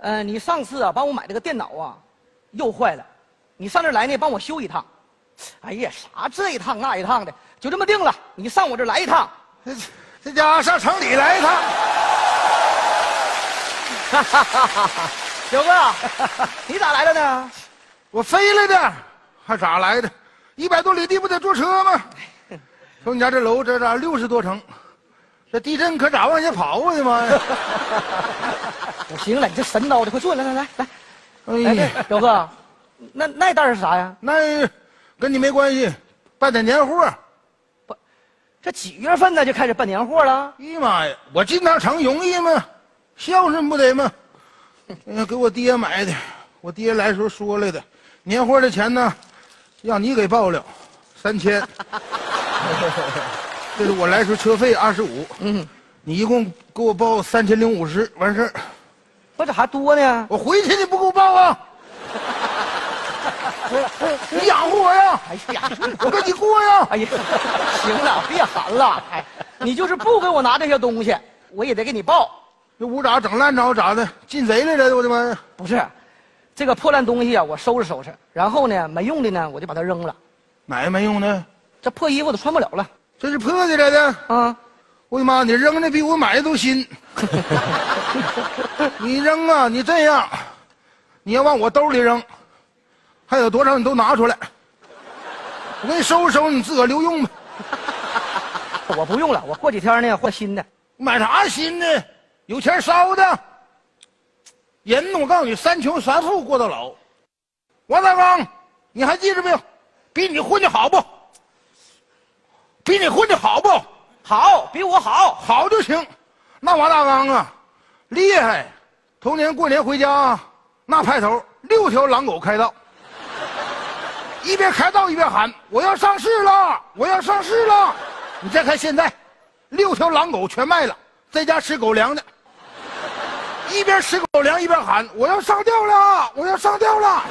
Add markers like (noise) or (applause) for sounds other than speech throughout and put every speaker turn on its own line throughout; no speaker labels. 呃，你上次啊帮我买这个电脑啊，又坏了，你上这儿来呢帮我修一趟。哎呀，啥这一趟那一趟的，就这么定了，你上我这儿来一趟。
这家伙上城里来一趟，
九哥， (laughs) 你咋来了呢？
我飞来的，还咋来的？一百多里地不得坐车吗？瞅你家这楼，这咋六十多层？这地震可咋往下跑啊？我的妈呀！
不行了，你这神叨的，快坐来来来来，
哎
来
呀，
这表哥，那那袋儿是啥呀？
那跟你没关系，办点年货。
这几月份呢就开始办年货了？
哎呀妈呀，我进趟城容易吗？孝顺不得吗？哎呀，给我爹买的，我爹来时候说来的，年货的钱呢，让你给报了，三千。 (laughs) 这是我来时候车费二十五，嗯，你一共给我报三千零五十，完事儿，
不这还多呢？
我回去你不给我报啊？你养活我呀，
哎呀，
我跟你过呀。
哎呀，行了，别喊了，哎，你就是不给我拿这些东西，我也得给你报。
这屋咋整烂着咋的？进贼来了，我的妈呀！
不是，这个破烂东西啊，我收拾收拾，然后呢，没用的呢，我就把它扔了。
哪个没用的？
这破衣服都穿不了了
这是破的来的。
啊！
我的妈！你扔的比我买的都新。你扔啊！你这样，你要往我兜里扔，还有多少你都拿出来。我给你收拾收拾，你自个儿留用吧。
我不用了，我过几天呢换新的。
买啥新的？有钱烧的。人，我告诉你，三穷三富过到老。王大刚，你还记着没有？比你混的好不？比你混的好不？
好，比我好。
好就行。那王大刚啊，厉害！头年过年回家啊，那派头六条狼狗开道，一边开道一边喊：“我要上市了，我要上市了！”你再看现在，六条狼狗全卖了，在家吃狗粮呢。一边吃狗粮一边喊：“我要上吊了，我要上吊了！”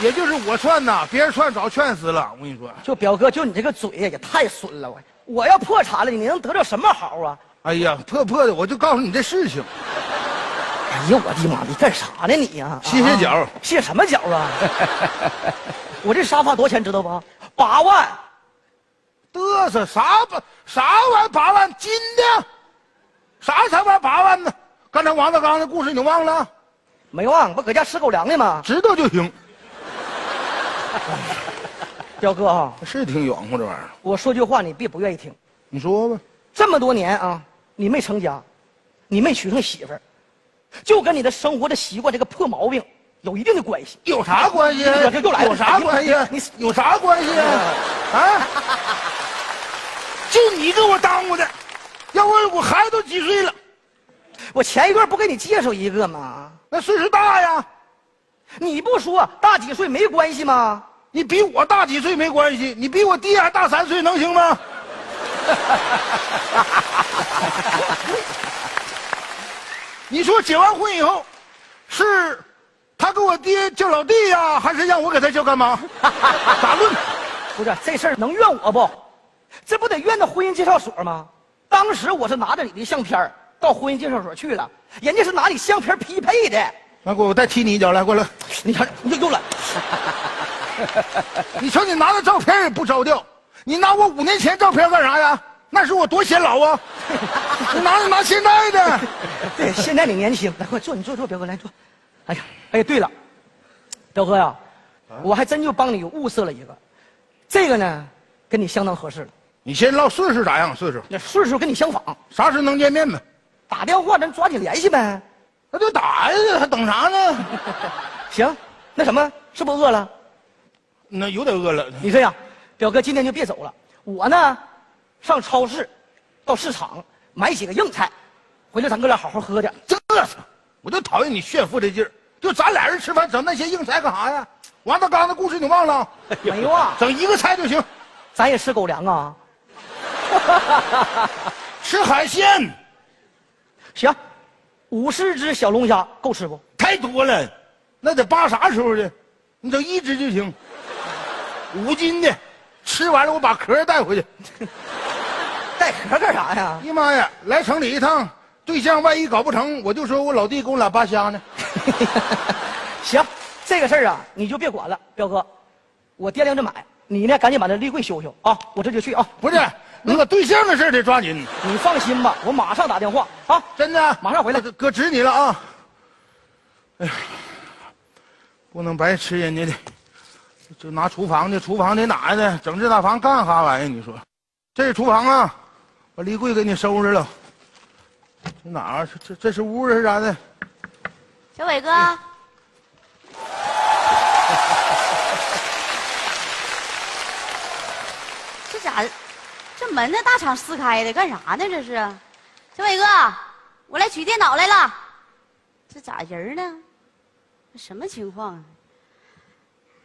也就是我劝呐，别人劝早劝死了。我跟你说，
就表哥，就你这个嘴呀，也太损了我。我要破产了，你能得到什么好啊？
哎呀，破破的，我就告诉你这事情。
哎呀，我的妈！你干啥呢你呀、啊？
歇歇脚
歇什么脚啊？ (laughs) 我这沙发多少钱知道不？八万。
嘚瑟啥不啥玩意儿八万金的，啥才玩意儿八万呢？刚才王大刚的故事你忘了？
没忘，不搁家吃狗粮呢吗？
知道就行。
表哥啊，
是挺远乎这玩意儿，
我说句话你别不愿意听。
你说吧。
这么多年啊，你没成家，你没娶上媳妇儿，就跟你的生活的习惯这个破毛病有一定的关系。
有啥关系啊？
我这又来了
有啥关系啊？
你
你有啥关系啊？啊？就你给我耽误的，要我我孩子都几岁了，
我前一段不给你介绍一个吗？
那岁数大呀，
你不说大几岁没关系吗？
你比我大几岁没关系，你比我爹还大三岁能行吗？ (laughs) 你说结完婚以后，是他给我爹叫老弟呀，还是让我给他叫干 (laughs) 妈？咋论？
不是这事儿能怨我不？这不得怨到婚姻介绍所吗？当时我是拿着你的相片儿到婚姻介绍所去了，人家是拿你相片儿匹配的。
那给我再踢你一脚来，过来！
你看，你就又来，
你瞅你拿的照片也不着调，你拿我五年前照片干啥呀？那时候我多显老啊！ (laughs) 你拿着拿现在的，
(laughs) 对，现在你年轻，来快坐，你坐坐，表哥来坐。哎呀，哎呀，对了，表哥呀、我还真就帮你物色了一个，这个呢，跟你相当合适了，
你先唠岁数咋样？岁数
那岁数跟你相仿，
啥时候能见面呗？
打电话咱抓紧联系呗。
那就打呀，还等啥呢？
行，那什么，是不是饿了？
那有点饿了。
你这样，表哥今天就别走了，我呢，上超市，到市场买几个硬菜，回来咱哥俩好好喝点。
这我就讨厌你炫富这劲儿。就咱俩人吃饭，整那些硬菜干啥呀？王大刚的故事你忘 (laughs) 了？
没忘，
整一个菜就行，
咱也吃狗粮啊。
吃海鲜
行，五十只小龙虾够吃不？
太多了，那得扒啥时候的？你整一只就行，五斤的，吃完了我把壳带回去。
带壳干啥呀？
哎呀妈呀，来城里一趟，对象万一搞不成，我就说我老弟给我俩扒瞎呢。
(laughs) 行，这个事儿啊，你就别管了，彪哥，我掂量着买，你呢赶紧把这立柜修修啊，我这就去啊，
不是，那个对象的事儿得抓紧，
你放心吧，我马上打电话啊。
真的。
马上回来
哥哥指你了啊！哎呀，哎不能白吃人家的，就拿厨房的，厨房得哪儿的？整这大房干啥玩意儿？你说，这是厨房啊，把立柜给你收拾了。这哪儿啊？这这这是屋儿是啥的？
小伟哥， (laughs) 这咋，这门呢大敞四开的，干啥呢？这是，小伟哥，我来取电脑来了，这咋人呢？这什么情况啊？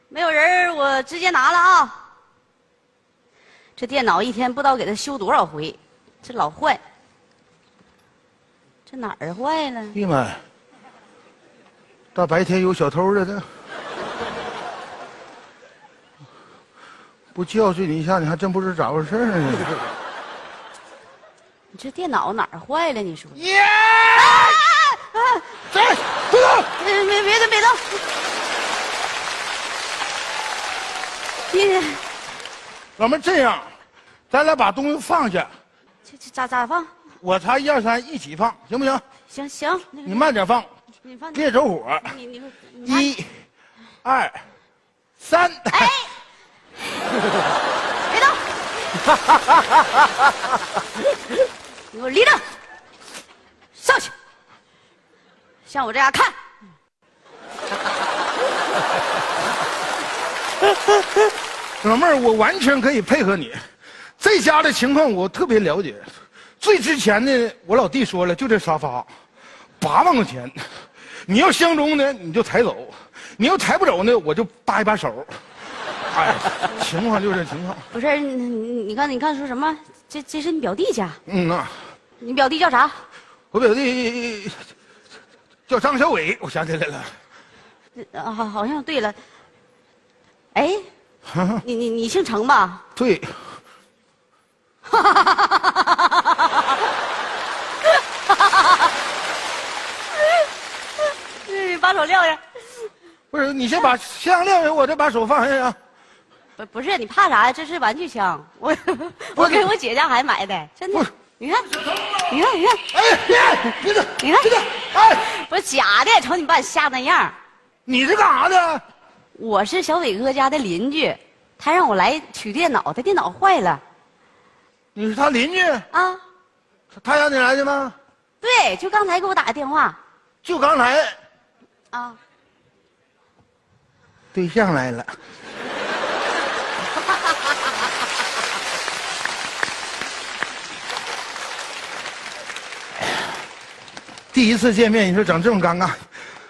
没有人儿，我直接拿了啊。这电脑一天不知道给他修多少回，这老坏。这哪儿坏了？
哎呀妈呀！大白天有小偷的，这不教训你一下，你还真不知咋回事
(laughs)
儿呢。
你这电脑哪儿坏了？你说？
耶！这不能。
别啊呃别别动别动！你
老妹儿这样，咱俩把东西放下，
这这咋咋放？
我查一二三一起放，行不行？
行行，那
你
个
慢点放，
你放
别走火。
你你你看
一、二、三。
(laughs) 哎，别动！你给我立正，上去，向我这样看。
老妹儿，我完全可以配合你。这家的情况我特别了解。最值钱的，我老弟说了，就这沙发，八万块钱。你要相中呢，你就抬走；你要抬不走呢，我就搭一把手。哎，情况就是情况。
不是你你你看你看说什么？这这是你表弟家，
嗯呐、
你表弟叫啥？
我表弟叫张小伟，我想起来了。
啊，好，好像对了。哎，你你你姓程吧？
对，
嗯，把手撂下。
不是你先把项链给我，再把手放下啊。
不不是，你怕啥呀？这是玩具枪，我我给我姐家孩子买的，真
不
的
是。
你看，你看，你看，
哎，别别动，
你看
别动！哎，
不是假的，瞅你把你吓那样儿。
你是干啥的？
我是小伟哥家的邻居，他让我来取电脑，他电脑坏了
你是他邻居，
啊。
他让你来的吗？
对，就刚才给我打的电话
就刚才，
啊。
对象来了。 (laughs) 第一次见面，你说整这么尴尬，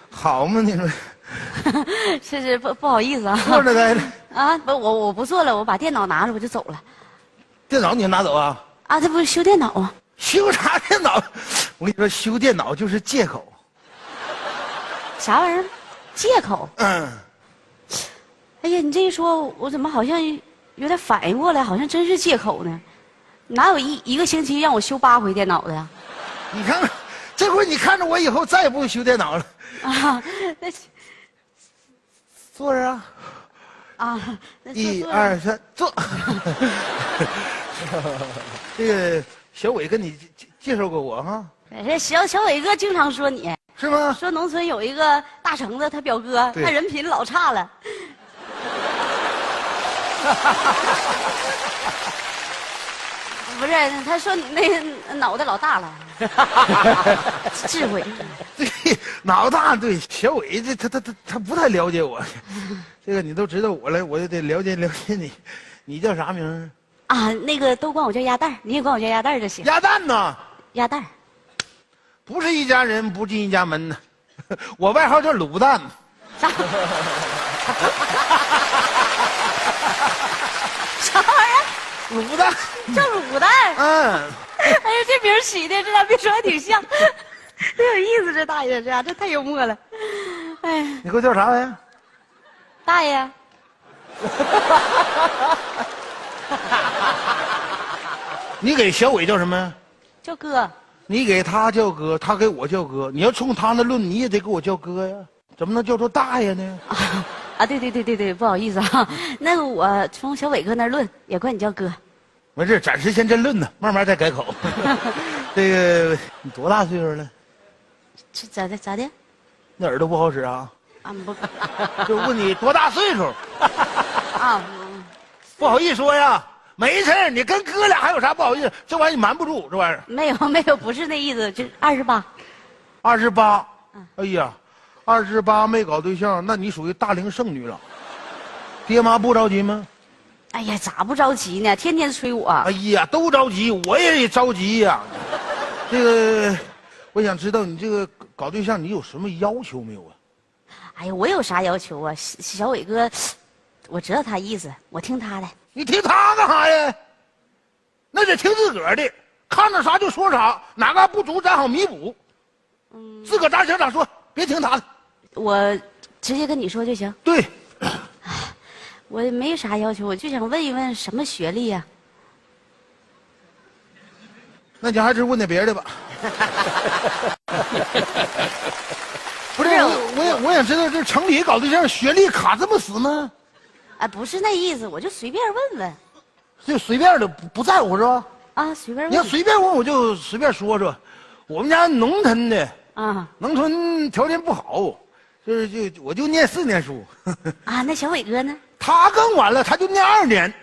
好吗？你说，啊
(laughs) 是是，不不好意思啊。
坐着待着，
啊，不，我我不做了，我把电脑拿着我就走了。
电脑你拿走啊？
啊，这不是修电脑啊？
修啥电脑？ (laughs) 我跟你说，修电脑就是借口。
啥玩意儿？借口？
嗯，
哎呀，你这一说，我怎么好像有点反应过来，好像真是借口呢？哪有一一个星期让我修八回电脑的呀？ (laughs)
你看看，这回你看着我以后再也不修电脑了。
啊，那
坐着啊，
啊，那坐
一
坐着
二三， (laughs) 坐。这个小伟跟你介介介绍过我哈，
哎这小小伟哥经常说你，
是吗？
说农村有一个大橙子，他表哥，
对
他人品老差了。 (laughs) 不是，他说你那脑袋老大了，智慧。
对，脑大对小伟这他他他他不太了解 (laughs) 我，这个你都知道我了，我就得了解了解你。你叫啥名儿？
啊，那个都管我叫鸭蛋儿，你也管我叫鸭蛋儿就行。
鸭蛋呐，
鸭蛋儿，
不是一家人不进一家门呐。 (laughs) 我外号叫卤蛋。
啥？啥玩意
卤蛋，
儿？叫卤蛋儿？
嗯，
哎呀，这名儿起的，这俩别说还挺像，挺有意思。这大爷这样，这太幽默了。哎呀，
你给我叫啥玩意儿？
大爷，
你给小伟叫什么呀？
叫哥， (laughs)
你给他叫哥，他给我叫哥，你要冲他那论，你也得给我叫哥呀，怎么能叫做大爷呢？
啊，对对对对对，不好意思啊，那个我从小伟哥那儿论，也管你叫哥。
没事，暂时先这论呢，慢慢再改口。 (laughs) 这个你多大岁数了？
这咋的咋的？
那耳朵不好使啊？
啊不 (laughs)
就问你多大岁 (laughs) 数？
啊，嗯
不好意思说呀，没事儿你跟哥俩还有啥不好意思？这玩意儿你瞒不住，这玩意儿
没有没有，不是那意思，就是二十八。
二十八
嗯，
哎呀，二十八没搞对象，那你属于大龄剩女了。爹妈不着急吗？
哎呀，咋不着急呢？天天催我。
哎呀，都着急，我也着急呀、 (laughs) 这个，我想知道你这个搞对象，你有什么要求没有啊？
哎呀，我有啥要求啊？小小伟哥， (sniffs) 我知道他意思，我听他的。
你听他干啥呀？那得听自个儿的，看着啥就说啥，哪嘎不足咱好弥补。自个儿咋想咋说，别听他的。
我直接跟你说就行，
对，
我也没啥要求，我就想问一问什么学历啊呀、
那你还是问点别的 (laughs) 吧。不是，
不是
我我也我想知道，这城里搞对象学历卡这么死吗？
哎，不是那意思，我就随便问问
就随便的，不不在乎是吧？
啊，随便
你要
问
随便问，我就随便说说。我们家农村的，
啊
农村条件不好，就是就我就念四年书，
啊，那小伟哥呢？
他更晚了，他就念二年，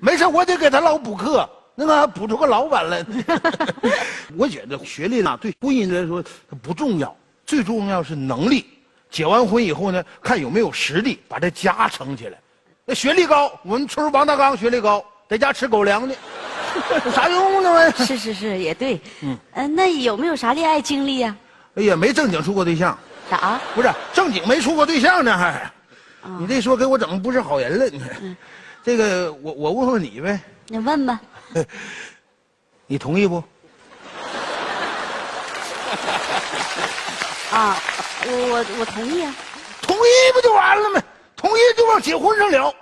没事我得给他老补课，那个补出个老板来。 (laughs) 我觉得学历呢，对婚姻来说它不重要，最重要是能力。结完婚以后呢，看有没有实力把这家撑起来。那学历高，我们村儿王大刚学历高，在家吃狗粮呢，有 (laughs) 啥用呢？玩意儿
是是是，也对。嗯、那有没有啥恋爱经历啊呀、
哎呀，没正经处过对象。
啥？
不是正经没处过对象呢，还，你这说给我整不是好人了。你，这个我我问问你呗，
你问吧。
你同意不？
啊，我我我同意啊。
同意不就完了吗？同意就往结婚上聊。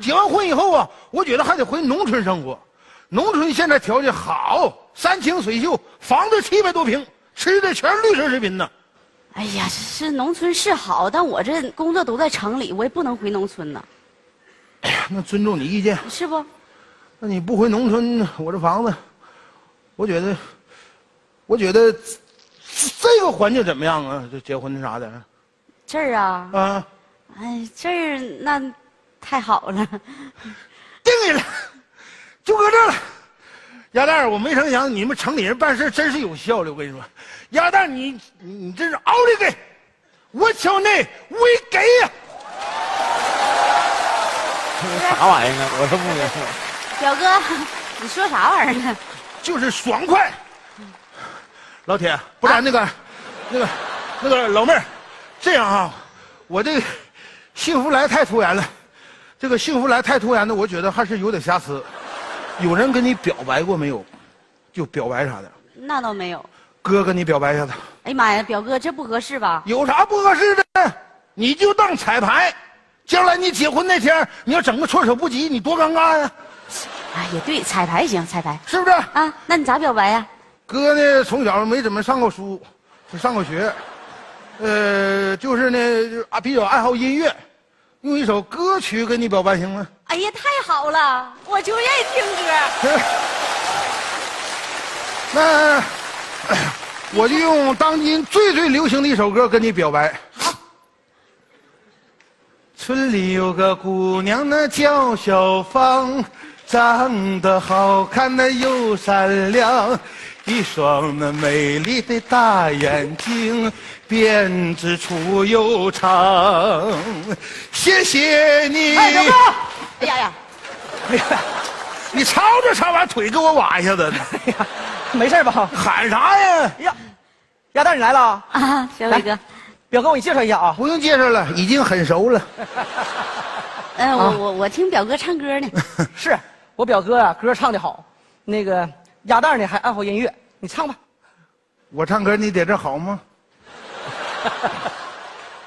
结完婚以后啊，我觉得还得回农村生活。农村现在条件好，山清水秀，房子七百多平，吃的全是绿色食品呢。
哎呀，是农村是好，但我这工作都在城里，我也不能回农村呐，
那尊重你意见，
是不？
那你不回农村，我这房子，我觉得，我觉得这这个环境怎么样啊？这结婚啥的。
这儿啊，
啊，
哎，这儿那太好了。 (laughs)
定下来，就搁这儿了。鸭蛋儿，我没成想你们城里人办事真是有效率，我跟你说，鸭蛋儿你你你真是奥利给，我瞧那我给呀、
啥玩意儿啊？我说不明白。
表哥，你说啥玩意儿呢？ (laughs)
就是爽快。老铁，不然那个、那个那个老妹儿，这样啊，我这个幸福来太突然了，这个幸福来太突然的，我觉得还是有点瑕疵。有人跟你表白过没有？就表白啥的。
那倒没有。
哥跟你表白一下子，
哎呀妈呀，表哥这不合适吧？
有啥不合适的？你就当彩排，将来你结婚那天，你要整个措手不及，你多尴尬呀、
哎，也对，彩排行，彩排
是不是？
啊。那你咋表白呀、
哥呢，从小没怎么上过书，就上过学，呃，就是呢，就是啊，比较爱好音乐，用一首歌曲跟你表白行吗？
哎呀，太好了，我就愿意听歌。
(laughs) 那哎呀我就用当今最最流行的一首歌跟你表白。村里有个姑娘，那叫小芳，长得好看，那又善良，一双那美丽的大眼睛，辫子粗又长。谢谢你。
哎，表哥，哎呀呀，
哎呀，
你吵着吵完腿给我崴一下子，
哎呀，没事吧？
喊啥呀？
哎呀，鸭蛋你来了啊，
啊，小伟哥，
表哥，我给你介绍一下啊。
不用介绍了，已经很熟了。
嗯、我我我听表哥唱歌呢。
是我表哥啊，歌唱的好，那个鸭蛋呢还爱好音乐，你唱吧，
我唱歌你在这好吗？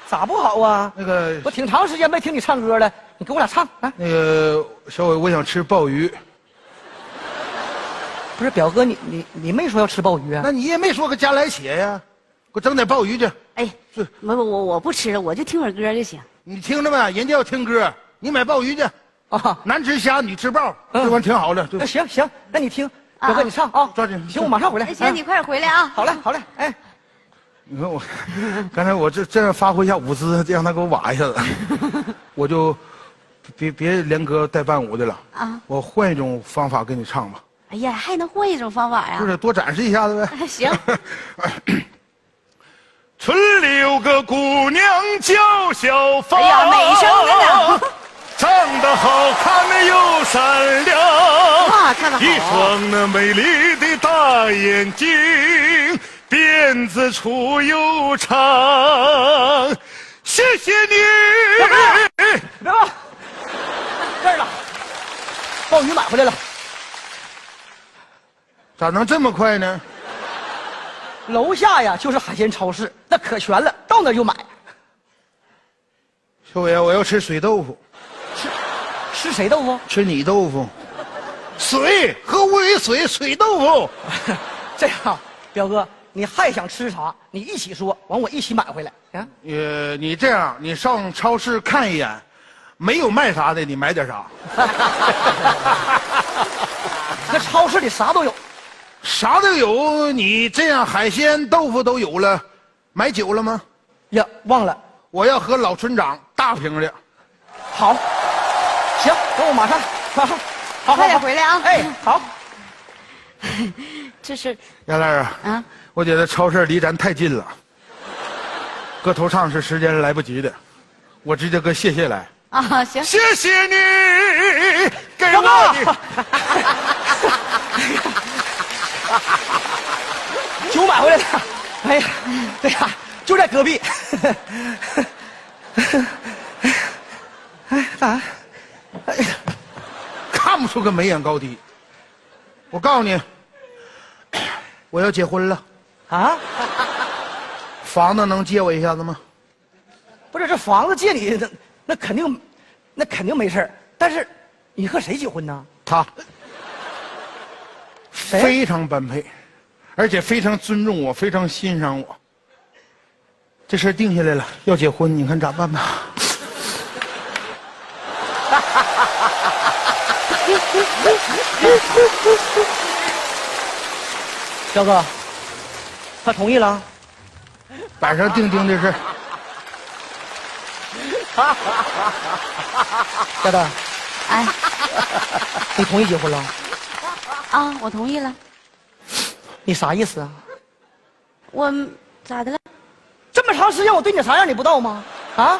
咋不好啊？
那个
我挺长时间没听你唱歌了，你给我俩唱啊！
那个小伟，我想吃鲍鱼。
不是表哥，你你你没说要吃鲍鱼啊？
那你也没说个家来且呀，给我整点鲍鱼去。
哎，
是
不不我我不吃了，我就听会儿歌就行。
你听着没？人家要听歌，你买鲍鱼去。
啊，
男吃虾，女吃鲍，
嗯
这玩意儿挺好的。对
那，行行，那你听，
啊
表哥你唱啊，
抓紧
行，我马上回来。
哎，行，你
啊
快点回来啊。
好嘞好嘞，哎，
你看我，刚才我这这样发挥一下舞姿，让他给我瓦一下子， (laughs) 我就别别连歌带伴舞的了
啊
我换一种方法跟你唱吧，
哎呀，还能换一种方法呀、
就是多展示一下子呗。
哎行，
村里有个姑娘叫小芳，
哎呀美声着呢，
长得好看的又善良，
哇唱得好啊
一双那美丽的大眼睛，辫子粗又长，谢谢
(laughs)
你。
别忘了，这儿了，鲍鱼买回来了，
咋能这么快呢？
楼下呀就是海鲜超市，那可全了，到那儿就买。
小伟啊，我要吃水豆腐，
吃谁豆腐？
吃你豆腐，水喝乌鱼水，水豆腐。
这样啊，表哥，你还想吃啥？你一起说，完我一起买回来。啊，
呃，你这样，你上超市看一眼，没有卖啥的，你买点啥？
(laughs) 那超市里啥都有。
啥都有，你这样海鲜、豆腐都有了，买酒了吗？
呀，忘了，
我要喝老村长大瓶的。
好，行，等我马上，马上，好好
快点
好
回来啊
哎，好，
这是
杨兰啊，
啊，
我觉得超市离咱太近了，搁头唱是时间来不及的，我直接搁谢谢来。
啊，行，
谢谢你给
表
我的
哥。酒买回来了，哎呀，对呀，就在隔壁。 (laughs) 哎，干啥？
看不出个眉眼高低。我告诉你， (coughs) 我要结婚了，
啊？
(laughs) 房子能借我一下子吗？
不是，这房子借你，那那肯定，那肯定没事儿但是，你和谁结婚呢？
他
谁
非常般配，而且非常尊重我，非常欣赏我。这事儿定下来了，要结婚，你看咋办吧？
彪哥，他同意了。
板上钉钉的事儿
蛋蛋，
哎，
你同意结婚了？
啊，我同意了。
你啥意思啊？
我咋的了？
这么长时间我对你啥样你不知道吗？啊，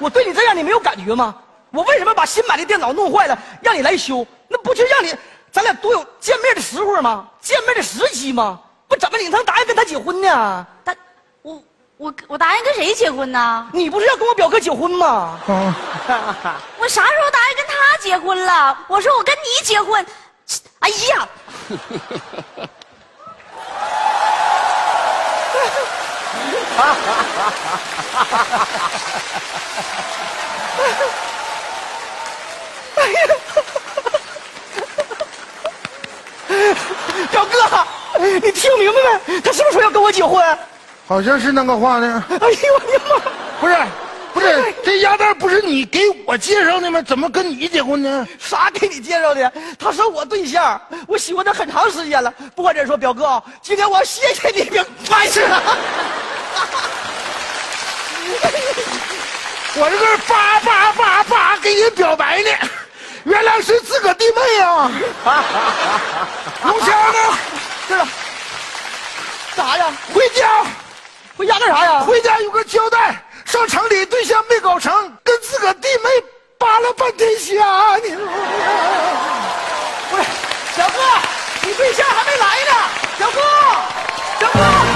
我对你这样你没有感觉吗？我为什么把新买的电脑弄坏了让你来修？那不就让你咱俩多有见面的时候吗？见面的时机吗？不怎么你能答应跟他结婚呢？
答我我我答应跟谁结婚呢？
你不是要跟我表哥结婚吗？
啊！
我啥时候答应跟他结婚了？我说我跟你结婚，哎呀，
表哥，你听明白没？他是不是说要跟我结婚？
好像是那个话呢，
哎呦我的妈！
不是，不是，这鸭蛋不是你给我介绍的吗？怎么跟你结婚呢？
啥给你介绍的？他是我对象，我喜欢他很长时间了。不管怎说，表哥啊，今天我要谢谢你，表完事了。
我这个叭叭叭叭给人表白呢，原来是自个弟妹啊！龙强呢？
是了，干啥呀？
回家，
回家干啥哎呀？
回家有个交代，上城里对象没搞成，跟自个弟妹扒拉半天瞎，你说
不是，小哥，你对象还没来呢，小哥，小哥。